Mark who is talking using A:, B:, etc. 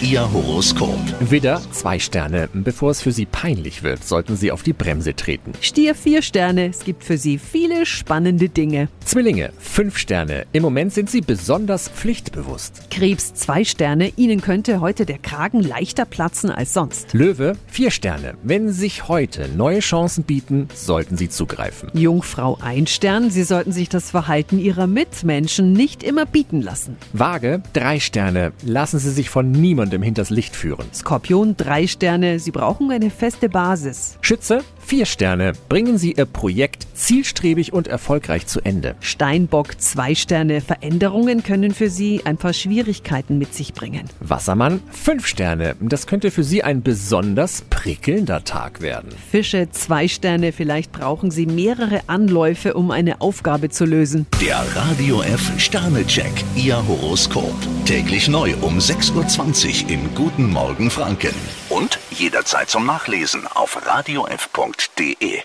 A: Ihr Horoskop.
B: Widder, zwei Sterne. Bevor es für Sie peinlich wird, sollten Sie auf die Bremse treten.
C: Stier vier Sterne, es gibt für Sie viele spannende Dinge.
B: Zwillinge, fünf Sterne. Im Moment sind Sie besonders pflichtbewusst.
C: Krebs zwei Sterne, Ihnen könnte heute der Kragen leichter platzen als sonst.
B: Löwe, vier Sterne. Wenn sich heute neue Chancen bieten, sollten Sie zugreifen.
C: Jungfrau ein Stern, Sie sollten sich das Verhalten Ihrer Mitmenschen nicht immer bieten lassen.
B: Waage, drei Sterne. Lassen Sie sich von niemandem hinters Licht führen.
C: Skorpion drei Sterne, Sie brauchen eine feste Basis.
B: Schütze, vier Sterne. Bringen Sie Ihr Projekt zielstrebig und erfolgreich zu Ende.
C: Steinbock zwei Sterne, Veränderungen können für Sie ein paar Schwierigkeiten mit sich bringen.
B: Wassermann, fünf Sterne. Das könnte für Sie ein besonders prickelnder Tag werden.
C: Fische zwei Sterne, vielleicht brauchen Sie mehrere Anläufe, um eine Aufgabe zu lösen.
A: Der Radio F Sternecheck. Ihr Horoskop. Täglich neu um 6.20 Uhr im Guten Morgen Franken. Und jederzeit zum Nachlesen auf radiof.de.